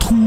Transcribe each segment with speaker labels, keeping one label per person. Speaker 1: 突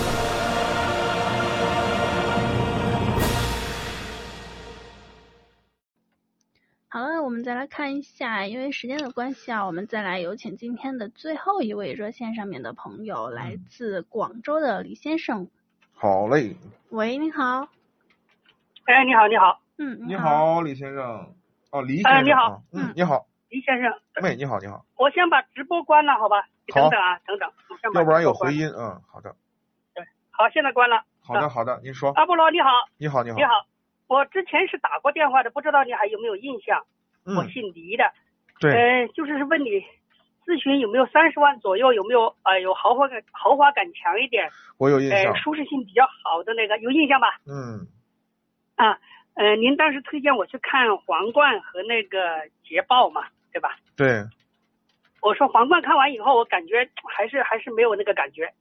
Speaker 2: 好了，我们再来看一下，因为时间的关系啊，我们再来有请今天的最后一位热线上面的朋友，来自广州的李先生。
Speaker 3: 好嘞，
Speaker 2: 喂，你好。
Speaker 4: 哎，你好，你好，
Speaker 2: 嗯，
Speaker 3: 你
Speaker 2: 好。
Speaker 3: 好，李先生，哦，黎先生，
Speaker 4: 哎你好
Speaker 3: 啊，嗯，你好，
Speaker 4: 李先生，
Speaker 3: 妹，你好，你好，
Speaker 4: 我先把直播关了，好吧？
Speaker 3: 好
Speaker 4: 等等啊，等等，我先把
Speaker 3: 要不然有
Speaker 4: 直播关
Speaker 3: 回音，
Speaker 4: 了。
Speaker 3: 嗯，好的，
Speaker 4: 好，现在关了。
Speaker 3: 好的，好的，您说，
Speaker 4: 阿波罗，你好，
Speaker 3: 你好，你好，
Speaker 4: 你好，我之前是打过电话的，不知道你还有没有印象？我
Speaker 3: 嗯，
Speaker 4: 姓黎的，
Speaker 3: 对，
Speaker 4: 嗯、就是问你咨询有没有三十万左右，有没有呃有豪华感豪华感强一点，
Speaker 3: 我有印象
Speaker 4: 呃，舒适性比较好的那个，有印象吧？
Speaker 3: 嗯，
Speaker 4: 啊，呃，您当时推荐我去看皇冠和那个捷豹嘛，对吧？
Speaker 3: 对，
Speaker 4: 我说皇冠看完以后，我感觉还是还是没有那个感觉，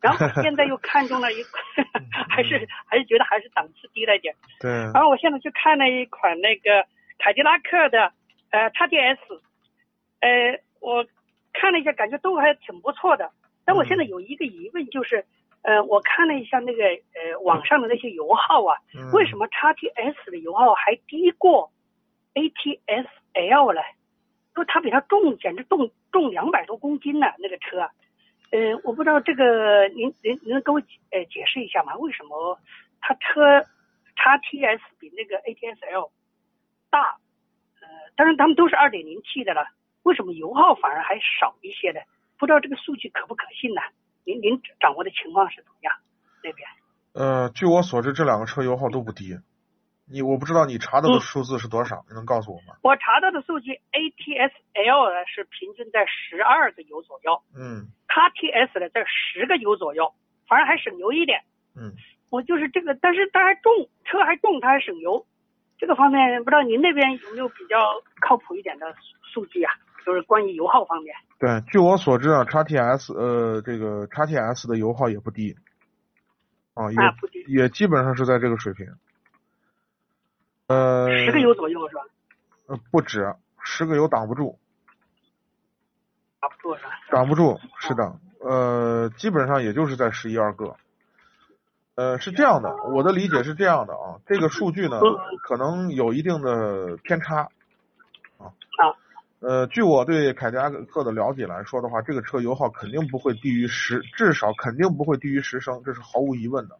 Speaker 4: 然后我现在又看中了一款， 还是还是觉得还是档次低了一点。
Speaker 3: 对，
Speaker 4: 然后我现在去看了一款那个凯迪拉克的呃 XDS，呃，我看了一下，感觉都还挺不错的。但我现在有一个疑问，就是呃，我看了一下那个呃网上的那些油耗啊，
Speaker 3: 嗯
Speaker 4: 为什么 XTS 的油耗还低过 ATS L 呢？因为它比它重，简直重重两百多公斤呢、那个车。呃，我不知道这个您您您能给我解呃解释一下吗？为什么它车 XTS 比那个 ATS L 大？呃，当然他们都是二点零 T 的了，为什么油耗反而还少一些呢？不知道这个数据可不可信呢？您您掌握的情况是怎么样？那边
Speaker 3: 呃，据我所知，这两个车油耗都不低。你我不知道你查到的
Speaker 4: 嗯
Speaker 3: 数字是多少，你能告诉我吗？
Speaker 4: 我查到的数据，ATS L 呢是平均在十二个油左右
Speaker 3: 嗯
Speaker 4: ，XTS 呢在十个油左右，反而还省油一点。
Speaker 3: 嗯，
Speaker 4: 我就是这个，但是它还重，车还重，它还省油。这个方面不知道您那边有没有比较靠谱一点的数据啊？就是关于油耗方面。
Speaker 3: 对，据我所知啊，XTS 呃，这个 XTS 的油耗也不低，啊，也
Speaker 4: 啊不低
Speaker 3: 也基本上是在这个水平。呃，
Speaker 4: 十个油左右是吧？
Speaker 3: 呃不止，十个油挡不住，
Speaker 4: 差不多是吧？
Speaker 3: 挡不
Speaker 4: 嗯
Speaker 3: 住，是的，呃，基本上也就是在十一二个。呃，是这样的，我的理解是这样的啊，这个数据呢
Speaker 4: 嗯
Speaker 3: 可能有一定的偏差啊。
Speaker 4: 啊
Speaker 3: 呃，据我对凯迪拉克的了解来说的话，这个车油耗肯定不会低于十，至少肯定不会低于十升，这是毫无疑问的，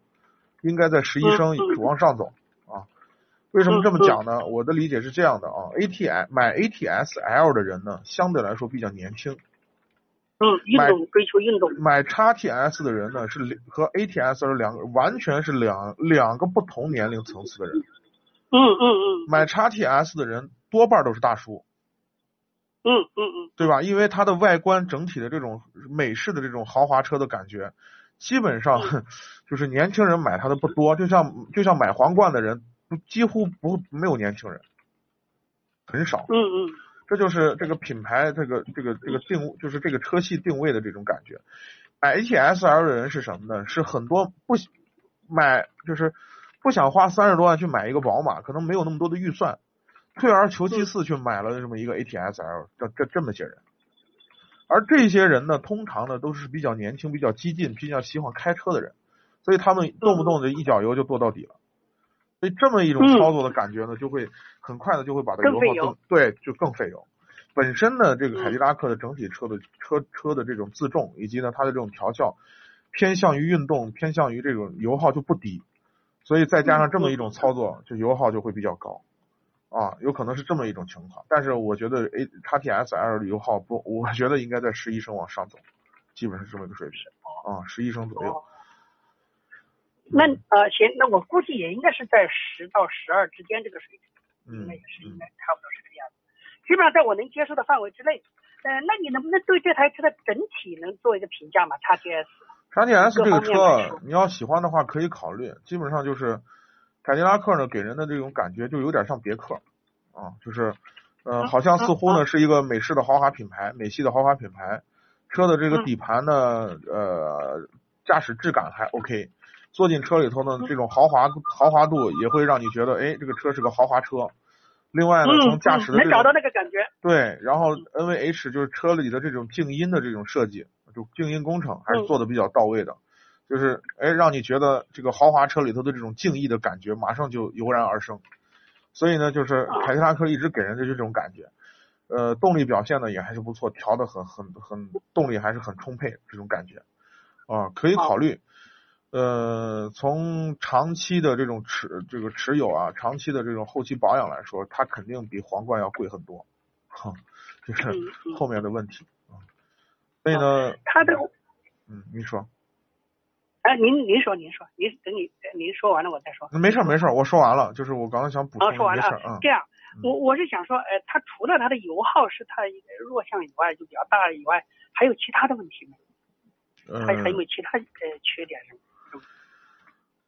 Speaker 3: 应该在十一升
Speaker 4: 嗯嗯嗯
Speaker 3: 以往上走啊。为什么这么讲呢？我的理解是这样的啊，AT 买 ATS L 的人呢，相对来说比较年轻，
Speaker 4: 嗯，运
Speaker 3: 买
Speaker 4: 动追求运动。
Speaker 3: 买 XTS 的人呢，是两和 ATS 是两个完全是两两个不同年龄层次的人。
Speaker 4: 嗯嗯嗯
Speaker 3: 买 XTS 的人多半都是大叔，
Speaker 4: 嗯嗯嗯
Speaker 3: 对吧？因为它的外观整体的这种美式的这种豪华车的感觉，基本上就是年轻人买它的不多，就像就像买皇冠的人不几乎不没有年轻人，很少。
Speaker 4: 嗯嗯
Speaker 3: 这就是这个品牌这个这个这个定就是这个车系定位的这种感觉。买 ATS L 的人是什么呢？是很多不喜买就是不想花三十多万去买一个宝马，可能没有那么多的预算，退而求其次去买了这么一个 ATS L，这这这么些人。而这些人呢，通常呢都是比较年轻、比较激进、比较喜欢开车的人，所以他们动不动的一脚油就跺到底了。所以这么一种
Speaker 4: 嗯
Speaker 3: 操作的感觉呢，就会很快的就会把它
Speaker 4: 更
Speaker 3: 油
Speaker 4: 费
Speaker 3: 耗
Speaker 4: 油
Speaker 3: 更对就更费油。本身呢，这个凯迪拉克的整体车的车车的这种自重，以及呢它的这种调校，偏向于运动，偏向于这种油耗就不低，所以再加上这么一种操作，就油耗就会比较高。啊，有可能是这么一种情况。但是我觉得 A 叉 T S L 油耗不，我觉得应该在十一升往上走，基本是这么一个水平啊，十一升左右。
Speaker 4: 哦
Speaker 3: 嗯
Speaker 4: 那呃行，那我估计也应该是在十到十二之间这个水平，应
Speaker 3: 嗯
Speaker 4: 该也是应
Speaker 3: 嗯
Speaker 4: 该差不多是这个样子，基本上在我能接受的范围之内。呃，那你能不能对这台车的整体能做一个评价嘛？叉 T S，
Speaker 3: 叉 T S 这个
Speaker 4: 各方面
Speaker 3: 车
Speaker 4: 来说，
Speaker 3: 你要喜欢的话可以考虑。基本上就是凯迪拉克呢，给人的这种感觉就有点像别克啊，就是呃，
Speaker 4: 嗯
Speaker 3: 好像似乎
Speaker 4: 嗯
Speaker 3: 呢是一个美式的豪华品牌，美系的豪华品牌。车的这
Speaker 4: 嗯
Speaker 3: 个底盘呢，呃，驾驶质感还 OK，坐进车里头
Speaker 4: 嗯
Speaker 3: 呢，这种豪华豪华度也会让你觉得，哎，这个车是个豪华车。另外呢，从
Speaker 4: 嗯，
Speaker 3: 驾驶的
Speaker 4: 能
Speaker 3: 这
Speaker 4: 找
Speaker 3: 种
Speaker 4: 到那个感觉，
Speaker 3: 对，然后 NVH 就是车里的这种静音的这种设计，就静音工程还是
Speaker 4: 嗯
Speaker 3: 做的比较到位的，就是哎让你觉得这个豪华车里头的这种静谧的感觉马上就油然而生，所以呢，就是凯迪拉克一直给人的就这种感觉，呃，动力表现呢也还是不错，调的很很很动力还是很充沛这种感觉，啊，可以考虑。呃，从长期的这种持这个持有啊，长期的这种后期保养来说，它肯定比皇冠要贵很多，哼，就
Speaker 4: 嗯
Speaker 3: 是
Speaker 4: 嗯，
Speaker 3: 后面的问题啊。所以呢，
Speaker 4: 它的，
Speaker 3: 嗯，你说，
Speaker 4: 哎、您您说您说，您等你呃您说完了我再说。
Speaker 3: 没事儿没事儿，我说完了，就是我刚才想补充
Speaker 4: 啊，
Speaker 3: 的
Speaker 4: 说
Speaker 3: 一
Speaker 4: 完了
Speaker 3: 些事儿，
Speaker 4: 啊
Speaker 3: 嗯，
Speaker 4: 这样，
Speaker 3: 嗯
Speaker 4: 我我是想说，呃，它除了它的油耗是它一个弱项以外，就比较大以外，还有其他的问题吗？
Speaker 3: 嗯，
Speaker 4: 还还有没有其他呃缺点什么？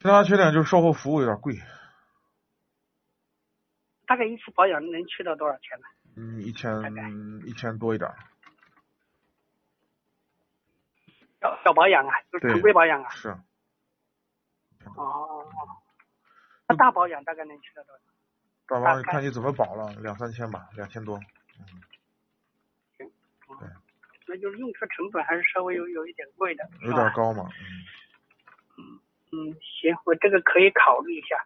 Speaker 3: 其他缺点就是售后服务有点贵，
Speaker 4: 大概一次保养能去到多少钱呢？
Speaker 3: 嗯，一千
Speaker 4: 大概
Speaker 3: 一千多一点儿，
Speaker 4: 小小保养啊，就是
Speaker 3: 嗯对
Speaker 4: 常规保养啊。
Speaker 3: 是。
Speaker 4: 哦哦哦。
Speaker 3: 嗯
Speaker 4: 那大保养大概能去到多少？
Speaker 3: 大
Speaker 4: 大
Speaker 3: 王，你
Speaker 4: 概
Speaker 3: 看你怎么保了，两三千吧，两千多。
Speaker 4: 那就是用车成本还是稍微有有一点贵的，是
Speaker 3: 有
Speaker 4: 吧
Speaker 3: 点高嘛。嗯
Speaker 4: 嗯，行，我这个可以考虑一下。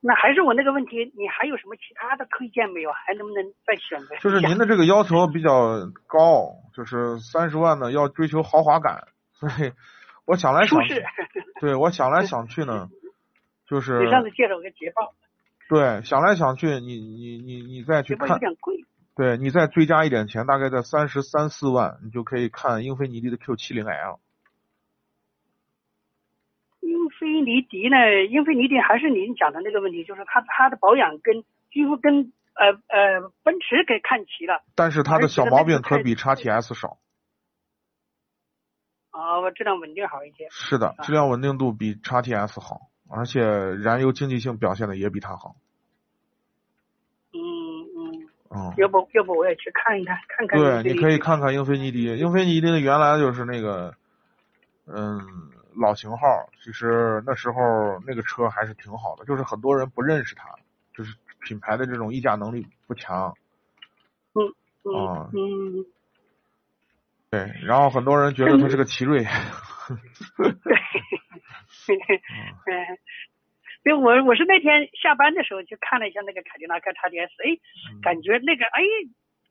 Speaker 4: 那还是我那个问题，你还有什么其他的推荐没有？还能不能再选择一下？
Speaker 3: 就是您的这个要求比较高，就是三十万呢要追求豪华感，所以我想来
Speaker 4: 舒
Speaker 3: 想
Speaker 4: 适
Speaker 3: 去，，对我想来想去 呢，就是
Speaker 4: 你上次介绍我个捷豹，
Speaker 3: 对想来想去，你你你你再
Speaker 4: 捷
Speaker 3: 去
Speaker 4: 豹有
Speaker 3: 看，
Speaker 4: 点贵。
Speaker 3: 对你再追加一点钱，大概在三十三四万，你就可以看英菲尼迪的 Q 7 0 L。
Speaker 4: 英菲尼迪呢？英菲尼迪还是您讲的那个问题，就是它它的保养跟几乎跟呃呃奔驰给看齐了。
Speaker 3: 但是它的
Speaker 4: 而且
Speaker 3: 小
Speaker 4: 它
Speaker 3: 毛
Speaker 4: 哎那个
Speaker 3: 病可
Speaker 4: 太
Speaker 3: 比 x T S 少，
Speaker 4: 啊、我质量稳定好一些。
Speaker 3: 是的，质量稳定度比 x T S 好，而且燃油经济性表现的也比它好。
Speaker 4: 嗯嗯，
Speaker 3: 嗯，
Speaker 4: 要不要不我也去看一看，看看
Speaker 3: 对，
Speaker 4: 英菲尼迪。
Speaker 3: 你可以看看英菲尼迪，英菲尼迪呢原来就是那个，嗯，老型号，其实那时候那个车还是挺好的，就是很多人不认识它，就是品牌的这种议价能力不强，
Speaker 4: 嗯
Speaker 3: 啊
Speaker 4: 嗯，
Speaker 3: 对，然后很多人觉得它是个奇瑞，
Speaker 4: 对，嗯，对我我是那天下班的时候去看了一下那个凯迪拉克 XDS，哎，
Speaker 3: 嗯
Speaker 4: 感觉那个哎，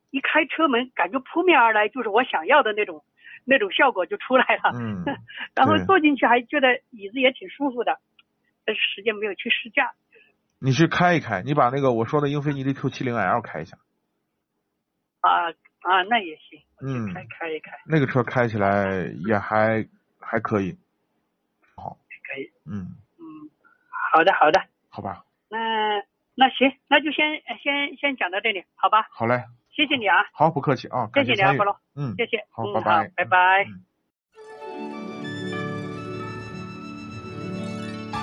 Speaker 4: 一开车门感觉扑面而来就是我想要的那种那种效果就出来了。
Speaker 3: 嗯，
Speaker 4: 然后
Speaker 3: 对
Speaker 4: 坐进去还觉得椅子也挺舒服的，但是时间没有去试驾。
Speaker 3: 你去开一开，你把那个我说的英菲尼迪 Q 7 0 L 开一下，
Speaker 4: 啊啊，那也行，
Speaker 3: 嗯，
Speaker 4: 开开一开
Speaker 3: 那个车开起来也还还可以，好，
Speaker 4: 可以。
Speaker 3: 嗯，
Speaker 4: 嗯，好的好的，
Speaker 3: 好吧，
Speaker 4: 那那行，那就先先先讲到这里，好吧？
Speaker 3: 好嘞，
Speaker 4: 谢谢你啊，
Speaker 3: 好，不客气啊，
Speaker 4: 谢
Speaker 3: 感
Speaker 4: 谢
Speaker 3: 谢
Speaker 4: 你啊，
Speaker 3: 参与
Speaker 4: 波，罗，
Speaker 3: 嗯，
Speaker 4: 谢谢，
Speaker 3: 好
Speaker 4: 嗯，
Speaker 3: 拜拜
Speaker 4: 好，拜拜。
Speaker 3: 嗯